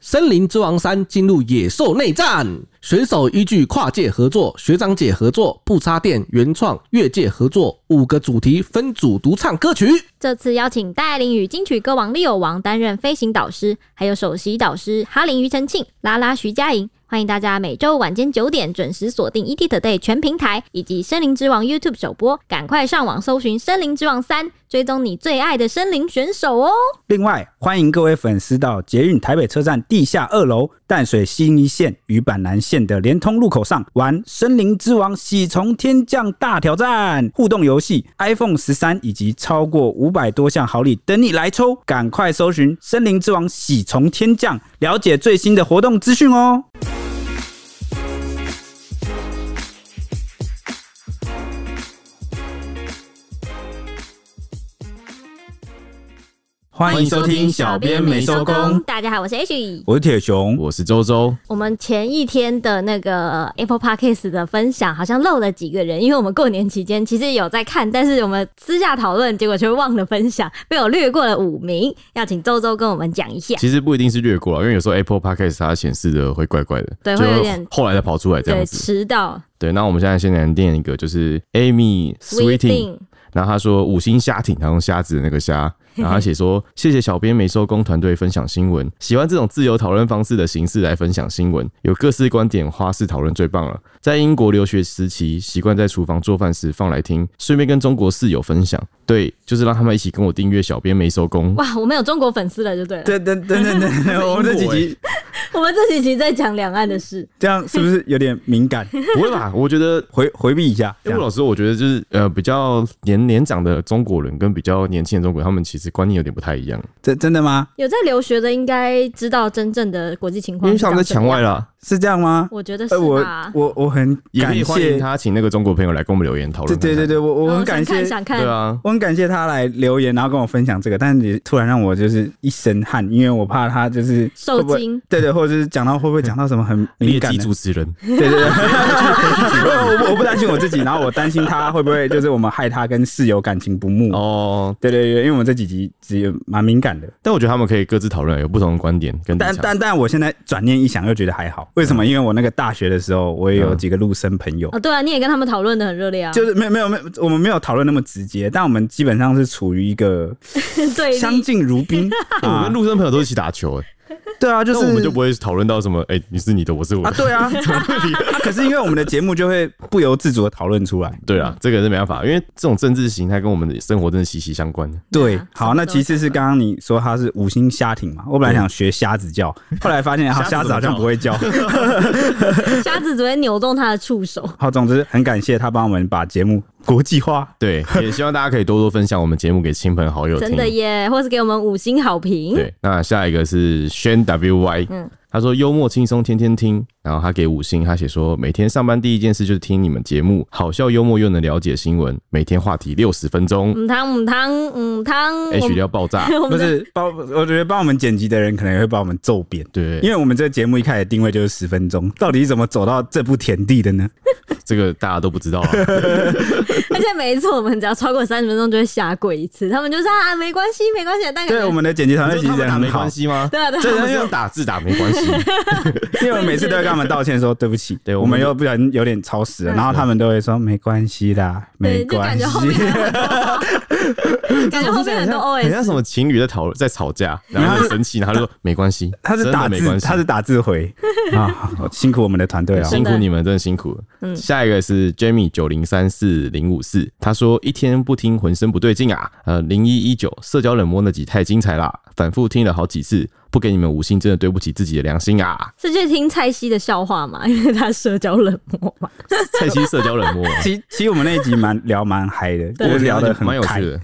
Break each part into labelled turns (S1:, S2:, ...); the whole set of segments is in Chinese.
S1: 森林之王三进入野兽内战，选手依据跨界合作、学长姐合作、不插电原创、越界合作五个主题分组独唱歌曲。
S2: 这次邀请戴爱玲与金曲歌王利友王担任飞行导师，还有首席导师哈林、庾澄庆、拉拉、徐佳莹。欢迎大家每周晚间九点准时锁定 ET Today 全平台以及《森林之王》YouTube 首播，赶快上网搜寻《森林之王三》，追踪你最爱的森林选手哦。
S3: 另外，欢迎各位粉丝到捷运台北车站地下二楼、淡水新一线与板南线的连通路口上玩《森林之王喜从天降大挑战》互动游戏，iPhone 十三以及超过五百多项好礼等你来抽，赶快搜寻《森林之王喜从天降》，了解最新的活动资讯哦。欢迎收听，小编没收工。
S2: 大家好，我是 H。
S3: 我是铁熊，
S4: 我是周周，
S2: 我们前一天的那个 Apple Podcast 的分享好像漏了几个人，因为我们过年期间其实有在看，但是我们私下讨论，结果却忘了分享，被我略过了五名。要请周周跟我们讲一下。
S4: 其实不一定是略过啊，因为有时候 Apple Podcast 它显示的会怪怪的，
S2: 对
S4: 就
S2: 会有点
S4: 后来才跑出来这样
S2: 对，
S4: 子。
S2: 迟到
S4: 对，那我们现在先来念一个，就是 Amy Sweeting，
S2: Sweeting
S4: 然后他说五星虾艇，他用虾子的那个虾， 然后他写说谢谢小编没收工团队分享新闻，喜欢这种自由讨论方式的形式来分享新闻，有各式观点花式讨论最棒了。在英国留学时期，习惯在厨房做饭时放来听，顺便跟中国室友分享，对，就是让他们一起跟我订阅小编没收工。
S2: 哇，我们有中国粉丝了，就对了。
S3: 等等等等等，我们这几集
S2: 我们这几集在讲两岸的事，
S3: 这样是不是有点敏感？
S4: 不会吧？我觉得
S3: 回回避一下，
S4: 因
S3: 这
S4: 为
S3: 样
S4: 老师，我觉得就是呃，比较年年长的中国人跟比较年轻的中国人，他们其实观念有点不太一样，
S3: 真真的吗？
S2: 有在留学的应该知道真正的国际情
S4: 因
S2: 况。
S4: 为他们在墙外，啦。
S3: 是这样吗？
S2: 我觉得是
S3: 呃，我
S2: 吧。
S3: 我我很
S4: 也可
S3: 感
S4: 以欢
S3: 谢
S4: 迎，他请那个中国朋友来跟我们留言讨
S3: 对
S4: 论看
S3: 对对
S4: 看。
S3: 对，我我
S2: 哦
S3: 很感
S2: 想
S3: 谢
S2: 看，想看，
S4: 对啊，
S3: 我很感谢他来留言，然后跟我分享这个，但是也突然让我就是一身汗，因为我怕他就是
S2: 受
S3: 会不会
S2: 惊，
S3: 对啊对，或者是讲到会不会讲到什么很敏
S4: 劣
S3: 感
S4: 迹
S3: 的，
S4: 主持人，
S3: 对对对，我我我不担心我自己，然后我担心他会不会就是我们害他跟室友感情不睦。
S4: 哦，
S3: 对对对，因为我们这几集只有蛮敏感的，
S4: 但我觉得他们可以各自讨论，有不同的观点跟立
S3: 但
S4: 场
S3: 但但我现在转念一想，又觉得还好。为什么？因为我那个大学的时候，我也有
S4: 嗯
S3: 几个陆生朋友，
S2: 哦，对啊，你也跟他们讨论的很热烈啊，
S3: 就是没有没有没有，我们没有讨论那么直接，但我们基本上是处于一个
S2: 对立
S3: 相敬如 宾
S4: 哎我
S3: 啊
S4: 跟。陆生朋友都一起打球，哎，
S3: 对啊，就
S4: 但
S3: 是
S4: 我们就不会讨论到什么，哎，你是你的，我是我
S3: 啊，
S4: 的。
S3: 对 啊。啊可是因为我们的节目就会不由自主的讨论出来。
S4: 对啊，这个是没办法，因为这种政治形态跟我们的生活真的息息相关的。
S3: 对
S2: 啊，
S3: 好，那其次是刚刚你说他是五星虾艇嘛，我本来想学虾子 叫，后来发现好
S4: 虾
S3: 虾
S4: 子
S3: 子好像不会叫。
S2: 瞎子只会扭动他的触手。
S3: 好，总之很感谢他帮我们把节目国际化。
S4: 对，也希望大家可以多多分享我们节目给亲朋好友听。
S2: 真的耶，或是给我们五星好评。
S4: 对，那下一个是轩 WY，
S2: 嗯
S4: 他说幽默轻松，天天听，然后他给五星，他写说每天上班第一件事就是听你们节目，好笑幽默又能了解新闻，每天话题六十分钟、
S2: 嗯汤嗯汤嗯汤
S4: h 料爆炸，
S2: 我
S3: 不
S2: 们
S3: 是帮，我觉得帮我们剪辑的人可能也会把我们揍扁，
S4: 对，
S3: 因为我们这个节目一开始定位就是十分钟，到底是怎么走到这步田地的呢？
S4: 这个大家都不知道、啊，
S2: 而且每一次我们只要超过三十分钟就会下跪一次，他们就说啊没关系没关系，但感觉
S3: 对，我们的剪辑团队
S4: 你
S3: 其
S4: 说
S3: 实人
S4: 他们打
S3: 很
S4: 没
S3: 好
S4: 关，系吗？
S2: 对啊对啊
S4: 这人用打字打没关系，
S3: 因为我们每次都会跟他们道歉说对不起，
S4: 对
S3: 我
S4: 我们
S3: 们又不然有点超时了，
S2: 嗯
S3: 然后他们都会说没关系啦，没
S2: 对，就感
S3: 关
S2: 觉后
S3: 系
S2: 面。很多感觉后面很多
S4: 很
S2: OS
S4: 像什么情侣在讨论在吵架，然后很生气，然后就说没关系，
S3: 他是
S4: 真
S3: 打
S4: 的没
S3: 字，
S4: 关系，
S3: 他是打字回啊，好辛苦我们的团队了。。
S4: 辛苦
S2: 真的
S4: 你们，真的辛苦了。
S2: 嗯
S4: 下一个是 Jamie 九零三四零五四，他说一天不听浑身不对劲啊。呃，零一一九社交冷漠那集太精彩啦，反复听了好几次，不给你们五星真的对不起自己的良心啊。
S2: 是去听蔡西的笑话嘛， 因为他社交冷漠嘛。
S4: 蔡西社交冷漠、啊
S3: 其其实我们那一集蛮聊蛮嗨的，
S4: 我
S3: 我聊得很
S4: 蛮有
S3: 开
S4: 趣。的，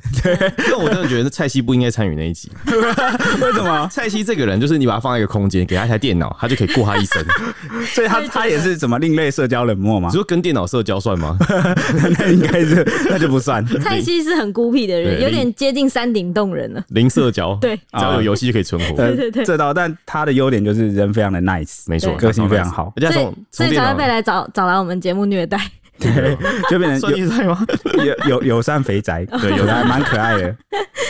S4: 但我真的觉得蔡西不应该参与那一集。
S3: 为什么？
S4: 蔡西这个人，就是你把他放在一个空间，给他一台电脑，他就可以过他 一生。
S3: 所以他
S2: 对对
S3: 他也是怎么另类社交冷漠嘛
S4: 你？说跟电脑社交算 吗？
S3: 那应该是那就不算。
S2: 蔡西是很孤僻的人，
S4: 对
S2: 有点接近山顶洞人了。
S4: 零社交，
S2: 对
S4: 只要有游戏就可以存活。
S3: 呃
S2: 对对对
S3: 这倒，但他的优点就是人非常的 nice，
S4: 没错，
S3: 个性非常好。
S4: 而且他
S2: 所以
S4: 从
S2: 所
S4: 从
S2: 以
S4: 电
S2: 才
S4: 脑
S2: 会被来找找来我们节目虐待。
S3: 对，就变成
S4: 算
S3: 有
S4: 你 在吗？
S3: 有有友善肥宅，对，有还蛮可爱的。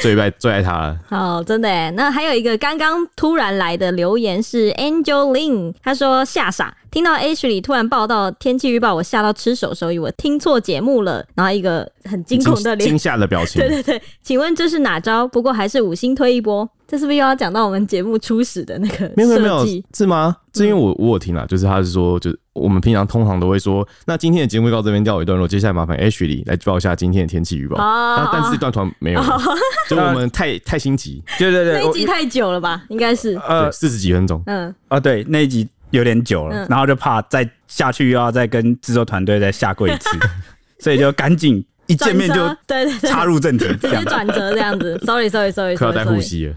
S4: 最爱最爱他了，
S2: 哦，真的耶。那还有一个刚刚突然来的留言是 Angel Lin，他说吓傻，听到 Ashley 突然报道天气预报，我吓到吃手手语，我听错节目了。然后一个很惊恐的脸
S4: 惊，吓的表情
S2: 对，对对，请问这是哪招？不过还是五星推一波。这是不是又要讲到我们节目初始的那个
S4: 没有没有
S2: 设
S4: 没有
S2: 计？，嗯
S4: 是吗？是因为我我有听了，就是他是说，就是我们平常通常都会说，那今天的节目到这边告一段落，接下来麻烦 H 里来报一下今天的天气预报。
S2: 哦
S4: 但但是这段团没有了，就我们太太心急，
S3: 对对对，
S2: 那一
S3: 我
S2: 集太久了吧？应该是，
S3: 呃
S4: 对，四十几分钟，
S2: 嗯，
S3: 哦对，那一集有点久了
S2: 嗯，
S3: 然后就怕再下去又要再跟制作团队再下跪一 次，所以就赶紧一见面
S2: 转
S3: 就
S2: 折对对对，
S3: 插入正题，
S2: 直
S3: 这
S2: 接
S3: 样
S2: 转折这样子。Sorry，Sorry，Sorry，
S4: 快要带
S2: sorry
S4: 护
S2: sorry。
S4: 膝了。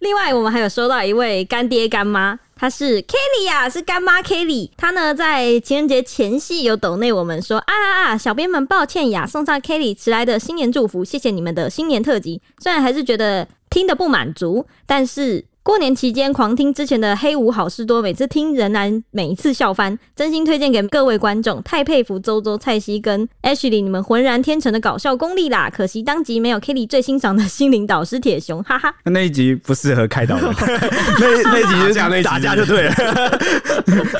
S2: 另外，我们还有收到一位干爹干妈，他是 Kelly 呀、是干妈 Kelly。他呢在情人节前夕有抖内我们说啊啊啊，小编们抱歉呀，送上 Kelly 迟来的新年祝福，谢谢你们的新年特辑。虽然还是觉得听的不满足，但是。过年期间狂听之前的《黑五好事多》，每次听仍然每一次笑翻，真心推荐给各位观众。太佩服周周、蔡西跟 Ashley 你们浑然天成的搞笑功力啦！可惜当集没有 Kelly 最欣赏的心灵导师铁熊，哈哈。
S3: 那一集不适合开 导人，那那一集就是
S4: 打架那一集
S3: 打架就对了，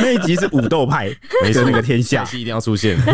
S3: 那一集是武斗派，
S4: 没
S3: 就
S4: 错
S3: 那个天
S4: 下
S3: 下，
S4: 期一定要出现，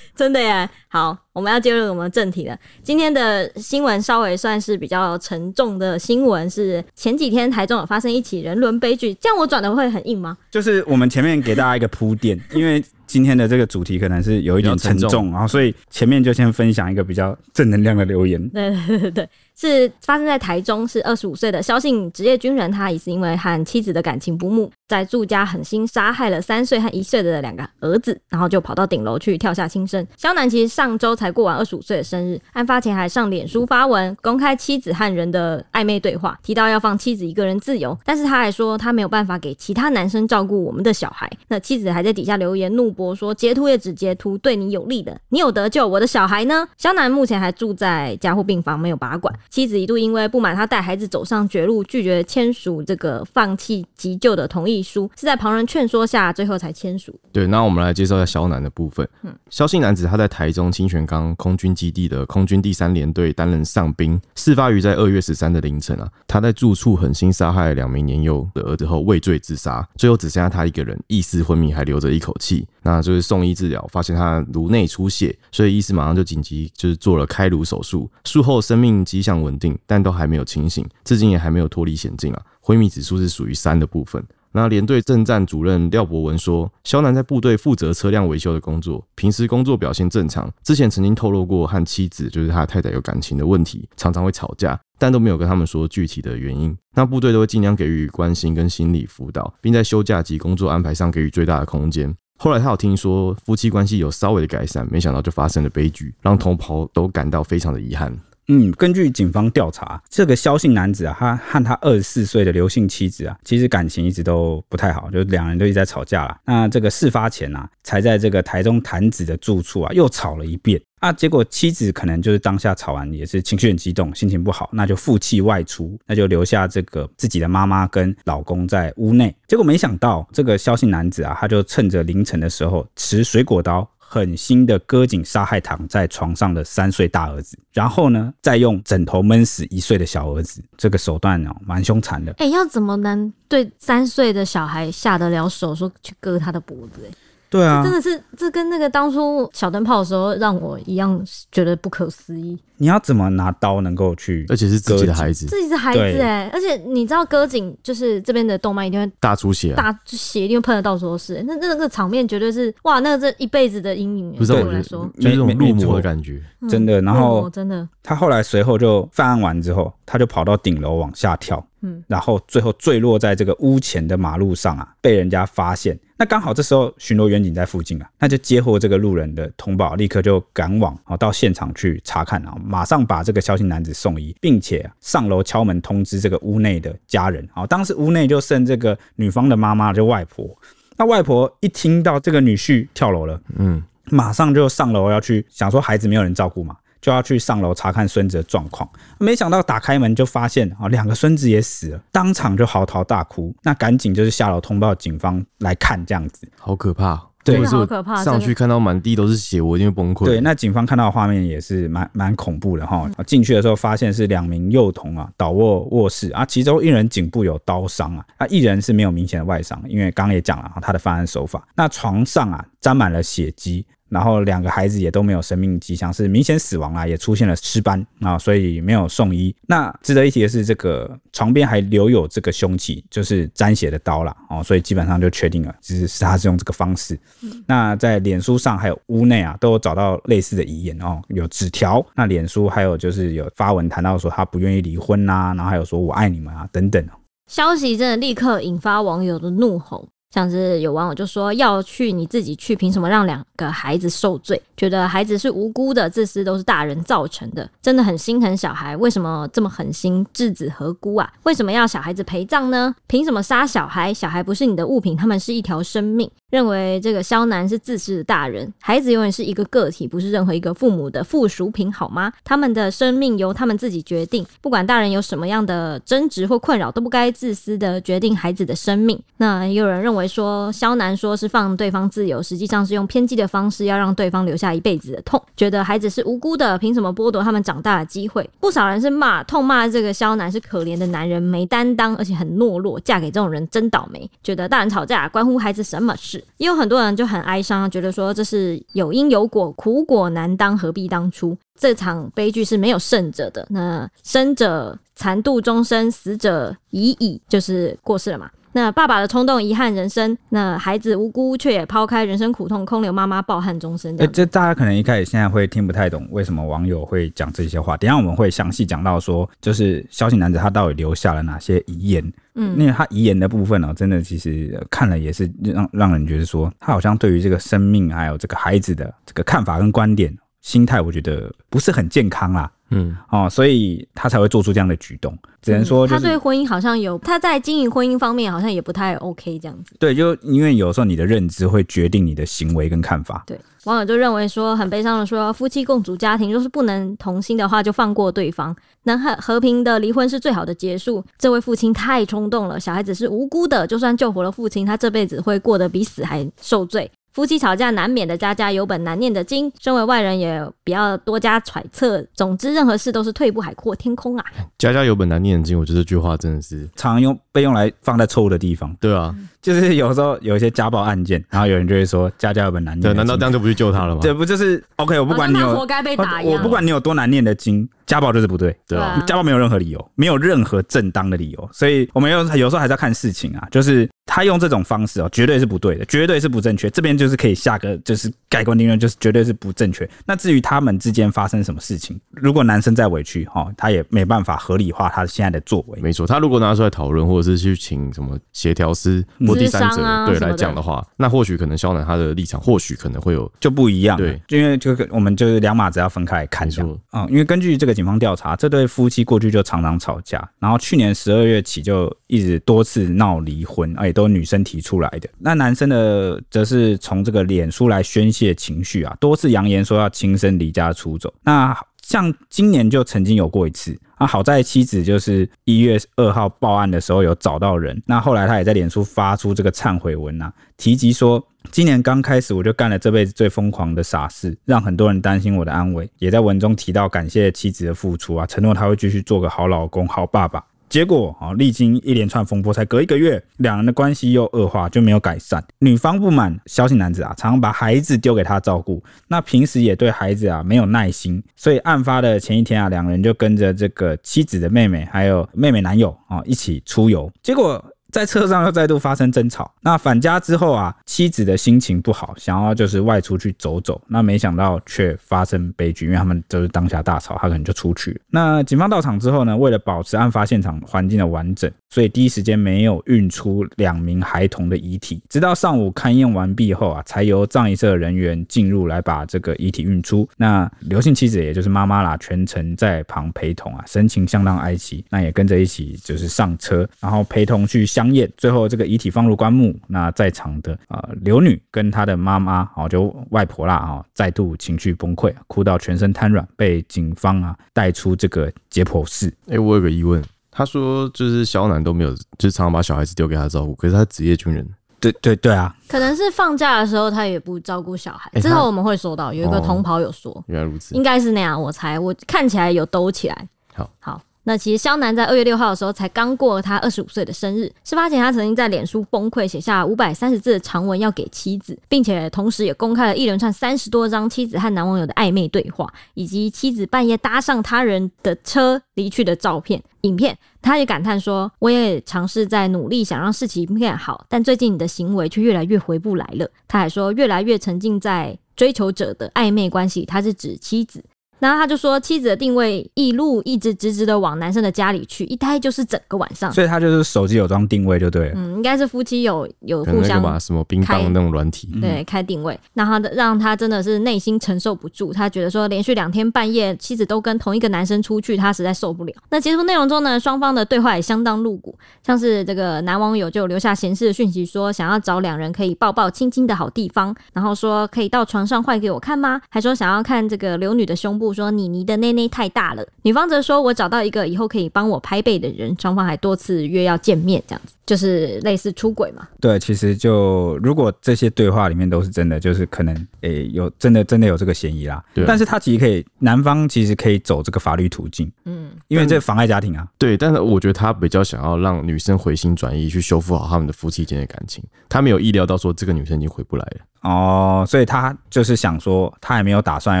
S2: 真的耶！好，我们要进入我们正题了。今天的新闻稍微算是比较沉重的新闻，是前几天台中有发生一起人伦悲剧。这样我转的会很硬吗？
S3: 就是我们前面给大家一个铺垫，因为今天的这个主题可能是有一点
S4: 比较
S3: 沉
S4: 沉重
S3: 重，然后所以前面就先分享一个比较正能量的留言。
S2: 对 对对对，是发生在台中，是二十五岁的萧姓职业军人，他疑似因为和妻子的感情不睦，在住家狠心杀害了三岁和一岁的两个儿子，然后就跑到顶楼去跳下轻生。萧南其实上周才过完二十五岁的生日，案发前还上脸书发文公开妻子和人的暧昧对话，提到要放妻子一个人自由，但是他还说他没有办法给其他男生照顾我们的小孩。那妻子还在底下留言怒驳说，截图也只截图对你有利的，你有得救，我的小孩呢？肖楠目前还住在加护病房，没有把管。妻子一度因为不满他带孩子走上绝路，拒绝签署这个放弃急救的同意书，是在旁人劝说下，最后才签署。
S4: 对，那我们来介绍一下肖楠的部分。肖姓男子他在台中清泉岗空军基地的空军第三联队担任上兵。事发于在二月十三的凌晨啊，他在住处狠心杀害两名年幼的儿子后畏罪自杀，最后只剩下他一个人，意识昏迷还留着一口气。那就是送医治疗，发现他颅内出血，所以医师马上就紧急就是做了开颅手术。术后生命迹象稳定，但都还没有清醒，至今也还没有脱离险境啊。昏迷指数是属于三的部分。那连队政战主任廖博文说，肖楠在部队负责车辆维修的工作，平时工作表现正常。之前曾经透露过和妻子，就是他的太太有感情的问题，常常会吵架，但都没有跟他们说具体的原因。那部队都会尽量给予关心跟心理辅导，并在休假及工作安排上给予最大的空间。后来他有听说夫妻关系有稍微的改善，没想到就发生了悲剧，让同袍都感到非常的遗憾。
S3: 嗯，根据警方调查，这个萧姓男子啊，他和他二十四岁的刘姓妻子啊，其实感情一直都不太好，就两人都一直在吵架啦。那这个事发前啊，才在这个台中坛子的住处啊，又吵了一遍啊。结果妻子可能就是当下吵完也是情绪很激动，心情不好，那就负气外出，那就留下这个自己的妈妈跟老公在屋内。结果没想到，这个萧姓男子啊，他就趁着凌晨的时候，持水果刀狠心的割颈杀害躺在床上的三岁大儿子，然后呢，再用枕头闷死一岁的小儿子，这个手段哦，蛮凶残的。
S2: 哎、要怎么能对三岁的小孩下得了手，说去割他的脖子、哎
S3: 对啊
S2: 真的是这跟那个当初小灯泡的时候让我一样觉得不可思议。
S3: 你要怎么拿刀能够去？
S4: 而且是自己的孩子，
S2: 自己是孩子
S3: 对
S2: 哎、而且你知道割颈就是这边的动漫一定会
S4: 大出血、啊，
S2: 大就血一定会喷的到处都是、那那个场面绝对是哇，那个这一辈子的阴影、欸。
S4: 不知道
S2: 对
S4: 我
S2: 我
S4: 觉
S2: 来
S4: 得
S2: 说，
S4: 就是那种
S3: 没没
S4: 入
S3: 没
S4: 魔
S3: 错
S4: 的感觉。
S2: 嗯
S3: 真的然后
S2: 恶魔真的
S3: 他后来随后就犯案完之后，他就跑到顶楼往下跳，
S2: 嗯
S3: 嗯，然后最后坠落在这个屋前的马路上啊，被人家发现。那刚好这时候巡逻员警在附近啊，那就接获这个路人的通报，立刻就赶往啊到现场去查看啊，马上把这个萧姓男子送医，并且、啊、上楼敲门通知这个屋内的家人啊。当时屋内就剩这个女方的妈妈，就外婆。那外婆一听到这个女婿跳楼了，
S4: 嗯，
S3: 马上就上楼要去想说孩子没有人照顾嘛，就要去上楼查看孙子的状况。没想到打开门就发现啊，两个孙子也死了，当场就嚎啕大哭。那赶紧就是下楼通报警方来看这样子。
S4: 好可怕哦、
S3: 对
S4: 或者是我
S2: 真的好可怕
S4: 上去看到满地都是血，我一定会崩溃。
S3: 对，那警方看到的画面也是蛮蛮恐怖的哈。进去的时候发现是两名幼童啊倒卧卧室啊，其中一人颈部有刀伤啊，啊一人是没有明显的外伤，因为刚刚也讲了啊他的犯案手法。那床上啊沾满了血迹。然后两个孩子也都没有生命迹象，是明显死亡啊，也出现了尸斑啊，所以没有送医。那值得一提的是，这个床边还留有这个凶器，就是沾血的刀啦，哦，所以基本上就确定了，只是是他是用这个方式。那在脸书上还有屋内啊，都有找到类似的遗言哦，有纸条。那脸书还有就是有发文谈到说他不愿意离婚呐、然后还有说我爱你们啊等等哦。
S2: 消息真的立刻引发网友的怒吼，像是有网友就说要去你自己去，凭什么让两个孩子受罪？觉得孩子是无辜的，自私都是大人造成的，真的很心疼小孩，为什么这么狠心，置子何辜啊？为什么要小孩子陪葬呢？凭什么杀小孩？小孩不是你的物品，他们是一条生命。认为这个肖楠是自私的大人，孩子永远是一个个体，不是任何一个父母的附属品，好吗？他们的生命由他们自己决定，不管大人有什么样的争执或困扰，都不该自私的决定孩子的生命。那也有人认为说，肖楠说是放对方自由，实际上是用偏激的方式要让对方留下一辈子的痛，觉得孩子是无辜的，凭什么剥夺他们长大的机会？不少人是骂痛骂这个肖楠是可怜的男人，没担当，而且很懦弱，嫁给这种人真倒霉，觉得大人吵架关乎孩子什么事？也有很多人就很哀伤，觉得说这是有因有果，苦果难当，何必当初？这场悲剧是没有胜者的，那生者残度终身，死者已矣，就是过世了嘛。那爸爸的冲动、遗憾、人生，那孩子无辜却也抛开人生苦痛，空留妈妈抱憾终身。这
S3: 哎、
S2: 样子
S3: 这大家可能一开始现在会听不太懂，为什么网友会讲这些话？等一下我们会详细讲到说，就是消息男子他到底留下了哪些遗言。
S2: 嗯
S3: 因为他遗言的部分呢、真的其实呃看了也是让让人觉得说，他好像对于这个生命还有这个孩子的这个看法跟观点、心态，我觉得不是很健康啦。
S4: 嗯，
S3: 哦，所以他才会做出这样的举动，只能说就
S2: 他对
S3: 是
S2: 婚姻好像有，他在经营婚姻方面好像也不太 OK 这样子。
S3: 对，就因为有时候你的认知会决定你的行为跟看法。
S2: 对，网友就认为说，很悲伤的说，夫妻共组家庭，若是不能同心的话，就放过对方，能和和平的离婚是最好的结束。这位父亲太冲动了，小孩子是无辜的，就算救活了父亲，他这辈子会过得比死还受罪。夫妻吵架难免的，家家有本难念的经。身为外人，也不要多加揣测。总之，任何事都是退一步海阔天空啊！
S4: 家家有本难念的经，我觉得这句话真的是，
S3: 常用被用来放在错误的地方，
S4: 对啊，
S2: 嗯
S3: 就是有时候有一些家暴案件，然后有人就会说家家有本难念的
S4: 对，啊
S3: 经。
S4: 难道这样就不去救他了吗？
S3: 这不就是 OK？我不管你
S2: 好像他
S3: 有
S2: 活该被打一
S3: 我
S2: 样。
S3: 不管你有多难念的经，家暴就是不对。
S4: 对啊，
S2: 啊
S3: 家暴没有任何理由，没有任何正当的理由，所以我们有有时候还是要看事情啊，就是他用这种方式哦，绝对是不对的，绝对是不正确。这边就是可以下个就是盖棺定论，就是绝对是不正确。那至于他们之间发生什么事情，如果男生再委屈哈、哦，他也没办法合理化他现在的作为。
S4: 没错，他如果拿出来讨论，或者是去请什么协调师
S3: 嗯
S4: 或第三
S2: 咨
S4: 者、
S2: 商啊
S4: 对
S2: 什么的
S4: 来讲的话，那或许可能肖楠他的立场，或许可能会有
S3: 就不一样了，
S4: 对
S3: 因为这个我们就是两码子要分开来看这
S4: 没
S3: 样啊、嗯因为根据这个警方调查，这对夫妻过去就常常吵架，然后去年十二月起就一直多次闹离婚，而且都是女生提出来的。那男生的则是从这个脸书来宣泄情绪啊，多次扬言说要轻生离家出走。那像今年就曾经有过一次。啊，好在妻子就是一月二号报案的时候有找到人，那后来他也在脸书发出这个忏悔文啊，提及说，今年刚开始我就干了这辈子最疯狂的傻事，让很多人担心我的安危。也在文中提到感谢妻子的付出啊，承诺他会继续做个好老公、好爸爸。结果啊，历经一连串风波，才隔一个月，两人的关系又恶化，就没有改善。女方不满萧姓男子啊，常常把孩子丢给他照顾，那平时也对孩子啊没有耐心，所以案发的前一天啊，两人就跟着这个妻子的妹妹还有妹妹男友啊一起出游，结果在车上又再度发生争吵。那返家之后啊，妻子的心情不好，想要就是外出去走走，那没想到却发生悲剧，因为他们就是当下大吵，他可能就出去了。那警方到场之后呢，为了保持案发现场环境的完整，所以第一时间没有运出两名孩童的遗体，直到上午勘验完毕后啊，才由葬仪社人员进入来把这个遗体运出。那刘姓妻子也就是妈妈啦，全程在旁陪同啊，神情相当哀戚，那也跟着一起就是上车，然后陪同去相验。最后这个遗体放入棺木，那在场的呃刘女跟她的妈妈哦，就外婆啦啊、哦，再度情绪崩溃，哭到全身瘫软，被警方啊带出这个解剖室。
S4: 哎、我有个疑问，他说就是小楠都没有，就是常常把小孩子丢给他照顾，可是他职业军人，
S3: 对对对啊，
S2: 可能是放假的时候他也不照顾小孩。
S4: 哎
S2: 之
S4: 他
S2: 后我们会说到有一个
S4: 哦
S2: 同袍有说，
S4: 原来如此
S2: 应。该是那样，我猜我看起来有兜起来。
S4: 好，
S2: 好。那其实肖楠在二月六号的时候才刚过他二十五岁的生日。事发前，他曾经在脸书崩溃，写下五百三十字的长文要给妻子，并且同时也公开了一连串三十多张妻子和男网友的暧昧对话，以及妻子半夜搭上他人的车离去的照片、影片。他也感叹说：“我也尝试在努力想让事情变好，但最近你的行为却越来越回不来了。”他还说，越来越沉浸在追求者的暧昧关系，他是指妻子。然后他就说，妻子的定位一路一直直直的往男生的家里去，一待就是整个晚上。
S3: 所以他就是手机有装定位就对了。
S2: 嗯，应该是夫妻有有
S4: 可能
S2: 互
S4: 那个
S2: 相
S4: 吧，什么冰棒那种软体，
S2: 对开定位，那他的让他真的是内心承受不住，他觉得说连续两天半夜妻子都跟同一个男生出去，他实在受不了。那结束内容中呢，双方的对话也相当露骨，像是这个男网友就有留下闲适的讯息说，想要找两人可以抱抱亲亲的好地方，然后说可以到床上换给我看吗？还说想要看这个刘女的胸部，说你你的内内太大了。女方则说我找到一个以后可以帮我拍背的人，双方还多次约要见面，这样子就是类似出轨嘛。
S3: 对，其实就如果这些对话里面都是真的，就是可能诶、有真的真的有这个嫌疑啦。
S4: 对啊
S3: 但是他其实可以，男方其实可以走这个法律途径，
S2: 嗯，
S3: 因为这妨碍家庭啊。
S4: 对，但是我觉得他比较想要让女生回心转意，去修复好他们的夫妻间的感情。他没有意料到说这个女生已经回不来了。
S3: 哦，所以他就是想说，他还没有打算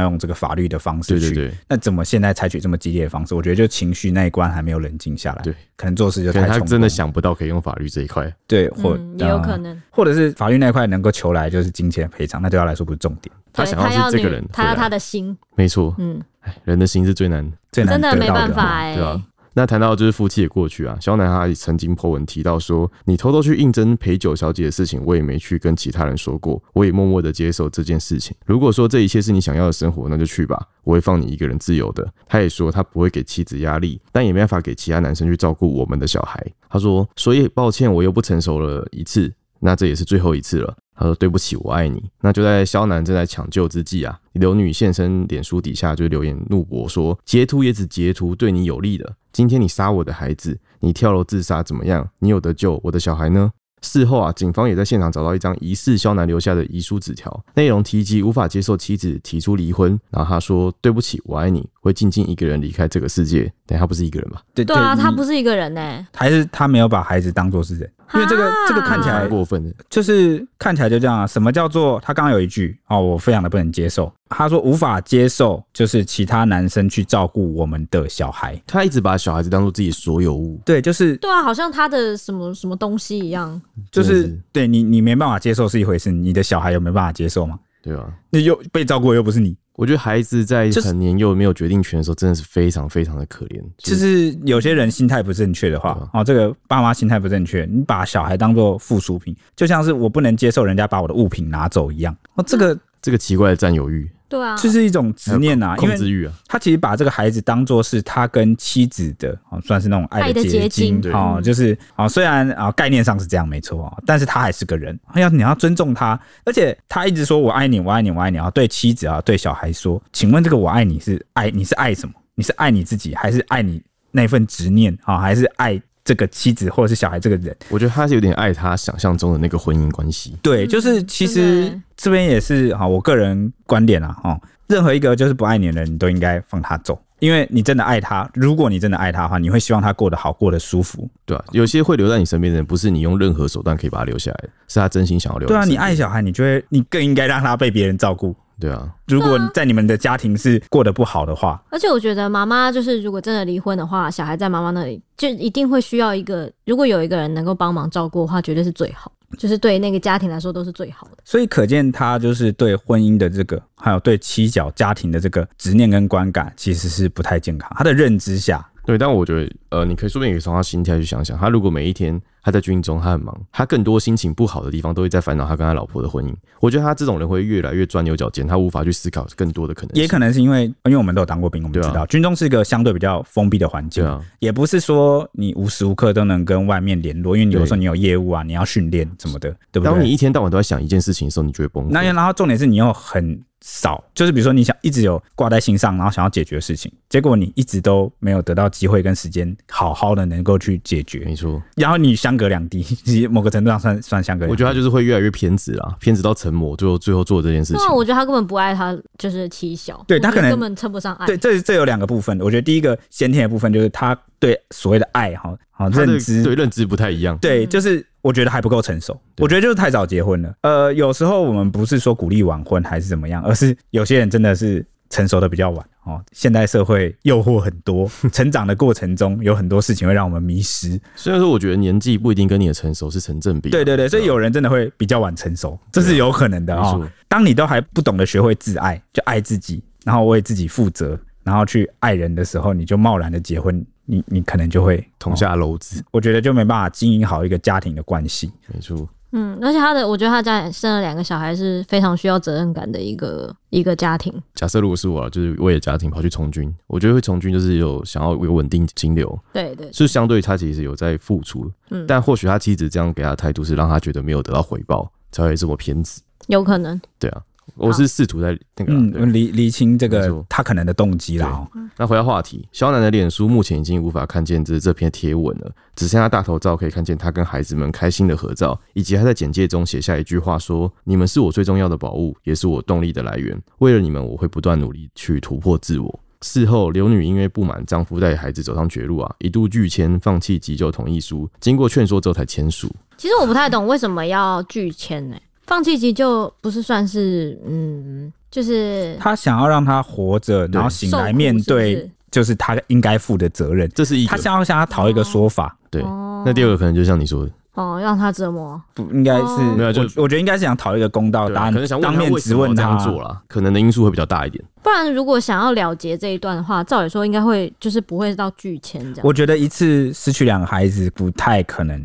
S3: 用这个法律的方式
S4: 对
S3: 去。
S4: 对对，
S3: 那怎么现在采取这么激烈的方式？我觉得就情绪那一关还没有冷静下来，
S4: 对，
S3: 可能做事就太
S4: 可能他
S3: 冲动
S4: 真的想不到可以用法律这一块。
S3: 对，或、
S2: 嗯、也有可
S3: 呃
S2: 能。
S3: 或者是法律那一块能够求来就是金钱赔偿，那对他来说不是重点，
S4: 他
S2: 对
S4: 想要是这个
S2: 女
S4: 人
S2: 他
S4: 回
S2: 要
S4: 来
S2: 他的心，
S4: 没错，
S2: 嗯，
S4: 哎人的心是最难
S3: 最难
S2: 真的
S3: 得
S2: 没
S3: 到
S2: 办
S3: 的
S2: 法哎、
S4: 对啊。那谈到就是夫妻的过去啊，肖楠他也曾经 po 文提到说，你偷偷去应征陪酒小姐的事情，我也没去跟其他人说过，我也默默的接受这件事情。如果说这一切是你想要的生活，那就去吧，我会放你一个人自由的。他也说他不会给妻子压力，但也没办法给其他男生去照顾我们的小孩。他说，所以抱歉，我又不成熟了一次，那这也是最后一次了。他说：“对不起，我爱你。”那就在肖楠正在抢救之际啊，刘女现身脸书底下就留言怒驳说：“截图也只截图对你有利的，今天你杀我的孩子，你跳楼自杀怎么样？你有得救，我的小孩呢？”事后啊，警方也在现场找到一张疑似肖楠留下的遗书纸条，内容提及无法接受妻子提出离婚，然后他说：“对不起，我爱你，会静静一个人离开这个世界。”等一下他不是一个人吧？
S3: 对
S2: 对啊，他
S3: 你
S2: 不是一个人呢、哎
S3: 还是他没有把孩子当做是人，因为这个
S2: 啊
S3: 这个看起
S4: 蛮
S3: 来
S4: 过分的，
S3: 就是看起来就这样啊。什么叫做他刚刚有一句哦，我非常的不能接受，他说无法接受就是其他男生去照顾我们的小孩，
S4: 他一直把小孩子当做自己所有物，
S3: 对，就是
S2: 对啊，好像他的什么什么东西一样，
S3: 就
S4: 真的
S3: 是
S4: 是
S3: 对你你没办法接受是一回事，你的小孩有没办法接受吗？
S4: 对吧、啊？
S3: 你又被照顾又不是你，
S4: 我觉得孩子在
S3: 就是
S4: 很年幼没有决定权的时候，真的是非常非常的可怜。
S3: 就是有些人心态不正确的话
S4: 对啊，
S3: 哦，这个爸妈心态不正确，你把小孩当做附属品，就像是我不能接受人家把我的物品拿走一样，哦，这个
S4: 这个奇怪的占有欲、
S2: 对啊，
S3: 就是一种执念啊，因
S4: 控
S3: 为
S4: 制欲啊，
S3: 他其实把这个孩子当做是他跟妻子的，哦，算是那种爱
S2: 爱的
S3: 的
S2: 结
S3: 结
S2: 晶
S3: 晶
S4: 对
S3: 哦，就是啊、哦，虽然啊、概念上是这样没错哦，但是他还是个人， 要你要尊重他，而且他一直说我爱你，我爱你，我爱你啊，对妻子啊，对小孩说，请问这个我爱你是爱你是爱什么？你是爱你自己，还是爱你那份执念啊、哦还是爱这个妻子或者是小孩这个人？
S4: 我觉得他是有点爱他想象中的那个婚姻关系。
S3: 对，
S2: 嗯
S3: 就是其
S2: 真的
S3: 实
S2: 欸
S3: 这边也是啊，我个人观点啊，哦，任何一个就是不爱你的人，你都应该放他走，因为你真的爱他。如果你真的爱他的话，你会希望他过得好，过得舒服。
S4: 对啊，有些会留在你身边的人，不是你用任何手段可以把他留下来的，是他真心想要留。
S3: 对啊，你爱，小孩，你就会，你更应该让他被别人照顾。
S4: 对啊，
S3: 如果你在你们的家庭是过得不好的话，
S2: 而且我觉得妈妈就是如果真的离婚的话，小孩在妈妈那里就一定会需要一个，如果有一个人能够帮忙照顾的话，绝对是最好，就是对那个家庭来说都是最好的。
S3: 所以可见他就是对婚姻的这个，还有对妻小家庭的这个执念跟观感，其实是不太健康。他的认知下，
S4: 对。但我觉得，呃，你可以说不定也可以从他心态去想想，他如果每一天他在军中，他很忙，他更多心情不好的地方都会在烦恼他跟他老婆的婚姻。我觉得他这种人会越来越钻牛角尖，他无法去思考更多的可能性。
S3: 也可能是因为，因为我们都有当过兵，我们
S4: 对啊
S3: 知道、军中是一个相对比较封闭的环境。
S4: 对啊，
S3: 也不是说你无时无刻都能跟外面联络，因为你有时候你有业务啊，你要训练什么的，对不
S4: 当你
S3: 对？
S4: 一天到晚都在想一件事情的时候，你就会崩溃。
S3: 那然后重点是你又很少，就是比如说你想一直有挂在心上，然后想要解决的事情，结果你一直都没有得到机会跟时间，好好的能够去解决
S4: 没。错，
S3: 然后你想相隔两地， 其实某个程度上算算相隔两地。
S4: 我觉得他就是会越来越偏执啦，偏执到成魔，最后最后做这件事
S2: 对
S4: 情
S2: 啊，。我觉得他根本不爱他，就是七小，
S3: 对
S2: 我
S3: 他
S2: 觉得
S3: 可能
S2: 根本称不上爱。
S3: 对，这这有两个部分。我觉得第一个先天的部分就是他对所谓的爱哈，好
S4: 他的
S3: 认知，
S4: 对认知不太一样，
S3: 对，
S2: 嗯
S3: 就是我觉得还不够成熟，我觉得就是太早结婚了。呃，有时候我们不是说鼓励晚婚还是怎么样，而是有些人真的是成熟的比较晚哦。现代社会诱惑很 多，成长的过程中有很多事情会让我们迷失。
S4: 虽然说我觉得年纪不一定跟你的成熟是成正比，
S3: 对对对，所以有人真的会比较晚成熟，这是有可能的
S4: 没
S3: 哦
S4: 错。
S3: 当你都还不懂得学会自爱，就爱自己，然后为自己负责，然后去爱人的时候，你就贸然的结婚，你你可能就会
S4: 捅
S3: 哦
S4: 下篓子，
S3: 我觉得就没办法经营好一个家庭的关系。
S4: 没错。
S2: 嗯，而且他的，我觉得他家里生了两个小孩是非常需要责任感的一个一个家庭。
S4: 假设如果是我啊，就是为了家庭跑去从军，我觉得会从军就是有想要有稳定金流，
S2: 对对，
S4: 是相对他其实有在付出，
S2: 嗯
S4: 但或许他妻子这样给他的态度是让他觉得没有得到回报，才会这么偏执。
S2: 有可能。
S4: 对啊，我是试图在那个啊、对
S3: 嗯，厘厘清这
S4: 没
S3: 个
S4: 错
S3: 他可能的动机啦、哦。
S4: 那回到话题，肖楠的脸书目前已经无法看见这这篇贴文了，只剩下大头照可以看见他跟孩子们开心的合照，以及他在简介中写下一句话说：“你们是我最重要的宝物，也是我动力的来源。为了你们，我会不断努力去突破自我。”事后，刘女因为不满丈夫带孩子走上绝路啊，一度拒签，放弃急救同意书，经过劝说之后才签署。
S2: 其实我不太懂为什么要拒签呢、欸放弃急救不是算是嗯，就是
S3: 他想要让他活着，然后醒
S2: 受
S3: 来
S2: 苦
S3: 面
S2: 是不
S3: 对
S2: 是，
S3: 就是他应该负的责任。
S4: 这是一
S3: 他
S4: 个
S3: 想要向他讨一个说法，
S4: 对。
S2: 哦
S4: 那第二个可能就像你说的，
S2: 哦，让他折磨。
S3: 不应该是
S2: 哦
S4: 没有就
S3: 我我觉得应该是想讨一个公道哦
S4: 对
S3: 答
S4: 啊
S3: 案
S4: 可能想，问
S3: 当
S4: 他
S3: 面
S4: 为什
S3: 质
S4: 么
S3: 问
S4: 这样
S3: 他。
S2: 啊
S4: 做啦，可能的因素会比较大一点。
S2: 不然如果想要了结这一段的话，照理说应该会就是不会到拒签这样。
S3: 我觉得一次失去两个孩子不太可能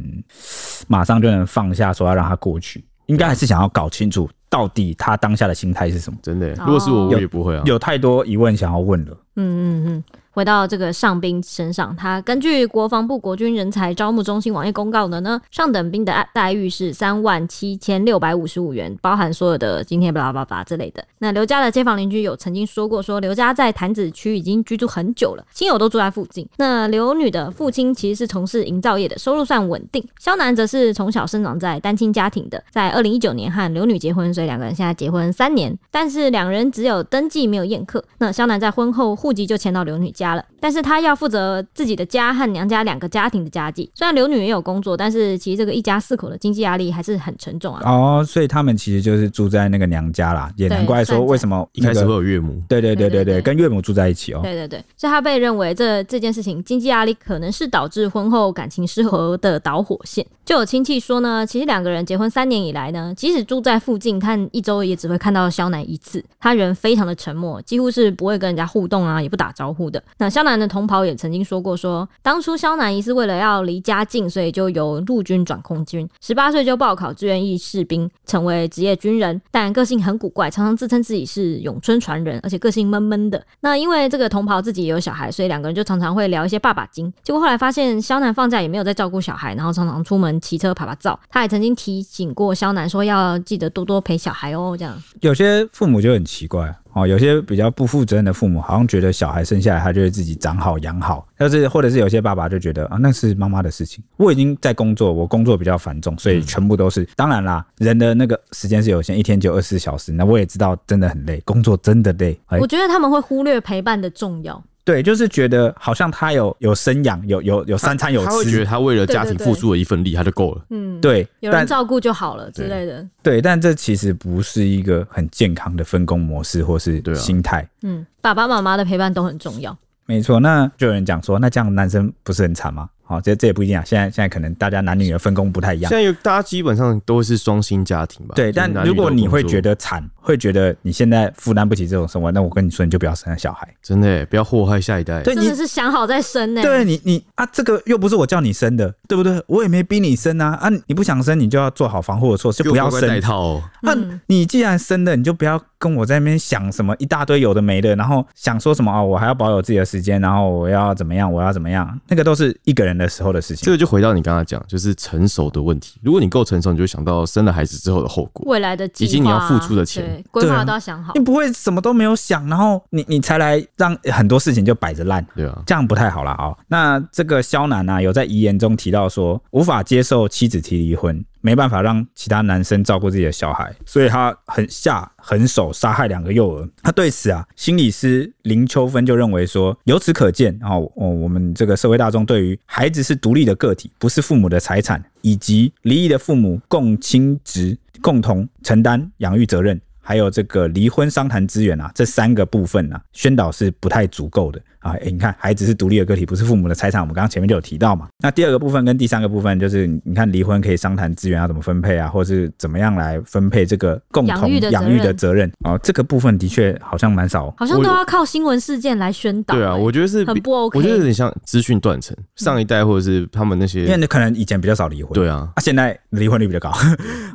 S3: 马上就能放下，说要让他过去，应该还是想要搞清楚到底他当下的心态是什么。
S4: 真的耶，如果是我，
S2: 哦
S4: 我也不会啊。
S3: 有太多疑问想要问了。
S2: 嗯嗯嗯。回到这个上兵身上，他根据国防部国军人才招募中心网页公告的呢，上等兵的待遇是三万七千六百五十五元，包含所有的津贴、巴拉巴拉巴拉之类的。那刘家的街坊邻居有曾经说过说刘家在潭子区已经居住很久了，亲友都住在附近。那刘女的父亲其实是从事营造业的，收入算稳定。肖楠则是从小生长在单亲家庭的，在二零一九年和刘女结婚，所以两个人现在结婚三年，但是两人只有登记没有宴客。那肖楠在婚后户籍就迁到刘女家了，但是他要负责自己的家和娘家两个家庭的家计。虽然刘女也有工作，但是其实这个一家四口的经济压力还是很沉重啊。
S3: 哦，所以他们其实就是住在那个娘家啦，也
S2: 对
S3: 难怪说
S2: 算
S3: 为什么
S4: 一开
S3: 那
S4: 始
S3: 个
S4: 会有岳母，
S3: 对对
S2: 对
S3: 对对
S2: 对对
S3: 对，跟岳母住在一起哦。
S2: 对对对，所以他被认为这这件事情经济压力可能是导致婚后感情失和的导火线。就有亲戚说呢，其实两个人结婚三年以来呢，即使住在附近，看一周也只会看到肖楠一次。他人非常的沉默，几乎是不会跟人家互动啊，也不打招呼的。那肖楠的同袍也曾经说过说当初肖楠一是为了要离家近，所以就由陆军转空军，十八岁就报考志愿役士兵，成为职业军人，但个性很古怪，常常自称自己是永春传人，而且个性闷闷的。那因为这个同袍自己也有小孩，所以两个人就常常会聊一些爸爸经。结果后来发现肖楠放假也没有在照顾小孩，然后常常出门骑车爬爬照。他也曾经提醒过肖楠说要记得多多陪小孩哦，这样。
S3: 有些父母就很奇怪哦，有些比较不负责任的父母，好像觉得小孩生下来他就会自己长好养好，但是或者是有些爸爸就觉得啊那是妈妈的事情，我已经在工作，我工作比较繁重，所以全部都是。当然啦，人的那个时间是有限，一天只有二十四小时，那我也知道真的很累，工作真的累。哎
S2: 我，觉得他们会忽略陪伴的重要。
S3: 对，就是觉得好像他有有生养，有有有三餐有
S4: 他会觉得
S3: 吃，
S4: 他为了家庭
S2: 对对
S4: 付出了一份力，他就够了。
S2: 嗯，，
S3: 对，
S2: 有
S3: 但
S2: 人照顾就好了之
S4: 对
S2: 类的。
S3: 对，但这其实不是一个很健康的分工模式或是
S4: 对啊
S3: 心态。
S2: 嗯，爸爸妈妈的陪伴都很重要。
S3: 没错，那就有人讲说，那这样男生不是很惨吗？好、这这也不一定啊。现在现在可能大家男女的分工不太一样
S4: 现。在有大家基本上都是双薪家庭吧？
S3: 对，
S4: 就是
S3: 但
S4: 男女
S3: 如果
S4: 都有
S3: 你
S4: 工
S3: 会
S4: 作
S3: 觉得惨，会觉得你现在负担不起这种生活，那我跟你说，你就不要生小孩。
S4: 真的耶不要祸害下一代，
S3: 对
S2: 真
S3: 你
S2: 的，是想好再生呢、
S3: 对你你啊，这个又不是我叫你生的，对不对？我也没逼你生啊啊！你不想生，你就要做好防护的措施，
S4: 就
S3: 不要生
S4: 戴套哦。
S3: 那、
S2: 嗯
S3: 你既然生了，你就不要跟我在那边想什么一大堆有的没的，然后想说什么啊、我还要保有自己的时间，然后我要怎么样，我要怎么样，那个都是一个人的时候的事
S4: 这
S3: 情。
S4: 个就回到你刚才讲，就是成熟的问题。如果你够成熟，你就会想到生了孩子之后的后果，
S2: 未来的计
S4: 以
S2: 划啊
S4: 及你要付出的钱，
S2: 对，规
S3: 对
S2: 划
S3: 啊
S2: 都要想好
S3: 你。不会什么都没有想，然后你你才来让很多事情就摆着烂，
S4: 对啊，
S3: 这样不太好啦哦。那这个肖楠啊，有在遗言中提到说，无法接受妻子提离婚，没办法让其他男生照顾自己的小孩，所以他很下狠手杀害两个幼儿。他对此啊，心理师林秋芬就认为说，由此可见啊、哦，哦我们这个社会大众对于孩子是独立的个体，不是父母的财产，以及离异的父母共亲职，共同承担养育责任。还有这个离婚商谈资源啊，这三个部分啊，宣导是不太足够的啊。诶你看，孩子是独立的个体，不是父母的财产，我们刚刚前面就有提到嘛。那第二个部分跟第三个部分就是，你你看离婚可以商谈资源要怎么分配啊，或者是怎么样来分配这个共
S2: 养
S3: 同
S2: 育的责
S3: 养育的
S2: 任
S3: 责任哦，这个部分的确好像蛮少，
S2: 好像
S4: 我
S2: 都要靠新闻事件来宣导、
S4: 对啊，
S2: 欸
S4: 我觉得是
S2: 很
S4: 比
S2: 不 OK
S4: 我觉得有点像资讯断层，上一代或者是他们那
S3: 因为
S4: 些，
S3: 你可能以前比较少离婚，
S4: 对啊，
S3: 啊，现在离婚率比较高，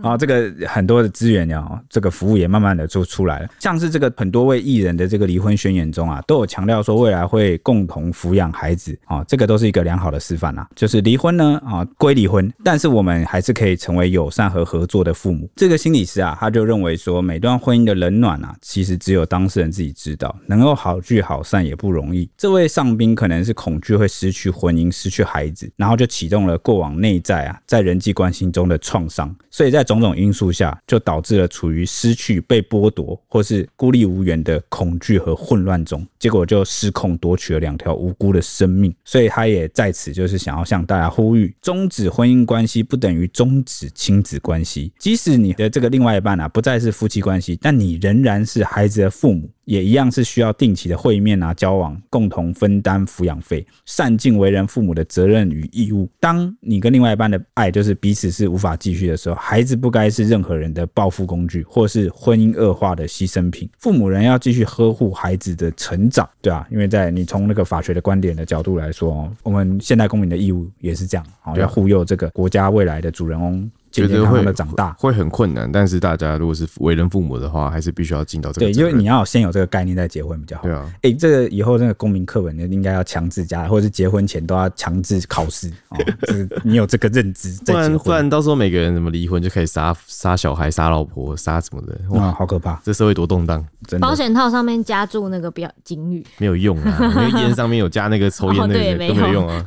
S3: 啊，这个很多的资源呀，哦这个服务也慢慢的就出来了。像是这个很多位艺人的这个离婚宣言中啊，都有强调说未来会共同抚养孩子啊，这个都是一个良好的示范啊。就是离婚呢啊归离婚，但是我们还是可以成为友善和合作的父母。这个心理师啊，他就认为说，每段婚姻的冷暖啊，其实只有当事人自己知道，能够好聚好散也不容易。这位上宾可能是恐惧会失去婚姻、失去孩子，然后就启动了过往内在啊，在人际关系中的创伤，所以在种种因素下，就导致了处于失去、被剥夺或是孤立无援的恐惧和混乱中，结果就失控夺取了两条无辜的生命。所以他也在此就是想要向大家呼吁：终止婚姻关系不等于终止亲子关系，即使你的这个另外一半啊不再是夫妻关系，但你仍然是孩子的父母。也一样是需要定期的会面啊、交往，共同分担抚养费，善尽为人父母的责任与义务。当你跟另外一半的爱就是彼此是无法继续的时候，孩子不该是任何人的报复工具，或是婚姻恶化的牺牲品。父母人要继续呵护孩子的成长，对啊，因为在你从那个法学的观点的角度来说哦，我们现代公民的义务也是这样，好、
S4: 对啊
S3: 要护佑这个国家未来的主人翁健
S4: 觉
S3: 健
S4: 得
S3: 康
S4: 会
S3: 康的长大。
S4: 会很困难，但是大家如果是为人父母的话，还是必须要尽到这个
S3: 对，
S4: 责
S3: 因
S4: 任。
S3: 为你要先有这个概念再结婚比较好。
S4: 对啊，
S3: 哎、这个以后那个公民课本应该要强制加，或者是结婚前都要强制考试哦。就是你有这个认知
S4: 不
S3: 再结
S4: 然不
S3: 婚，
S4: 然到时候每个人怎么离婚就开始杀杀小孩、杀老婆、杀什么的，哇，
S3: 哇，啊好可怕！
S4: 这社会多动荡，
S3: 真
S2: 保
S3: 的，
S2: 险套上面加注那个标警语，
S4: 没有用啊！那个烟上面有加那个抽烟
S2: 哦
S4: 那
S2: 对，
S4: 个
S2: 没。
S4: 都没有用啊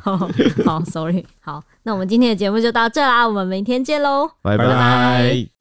S2: 好，sorry，好，那我们今天的节目就到这啦，我们明天见喽。
S4: 拜
S3: 拜
S4: 拜。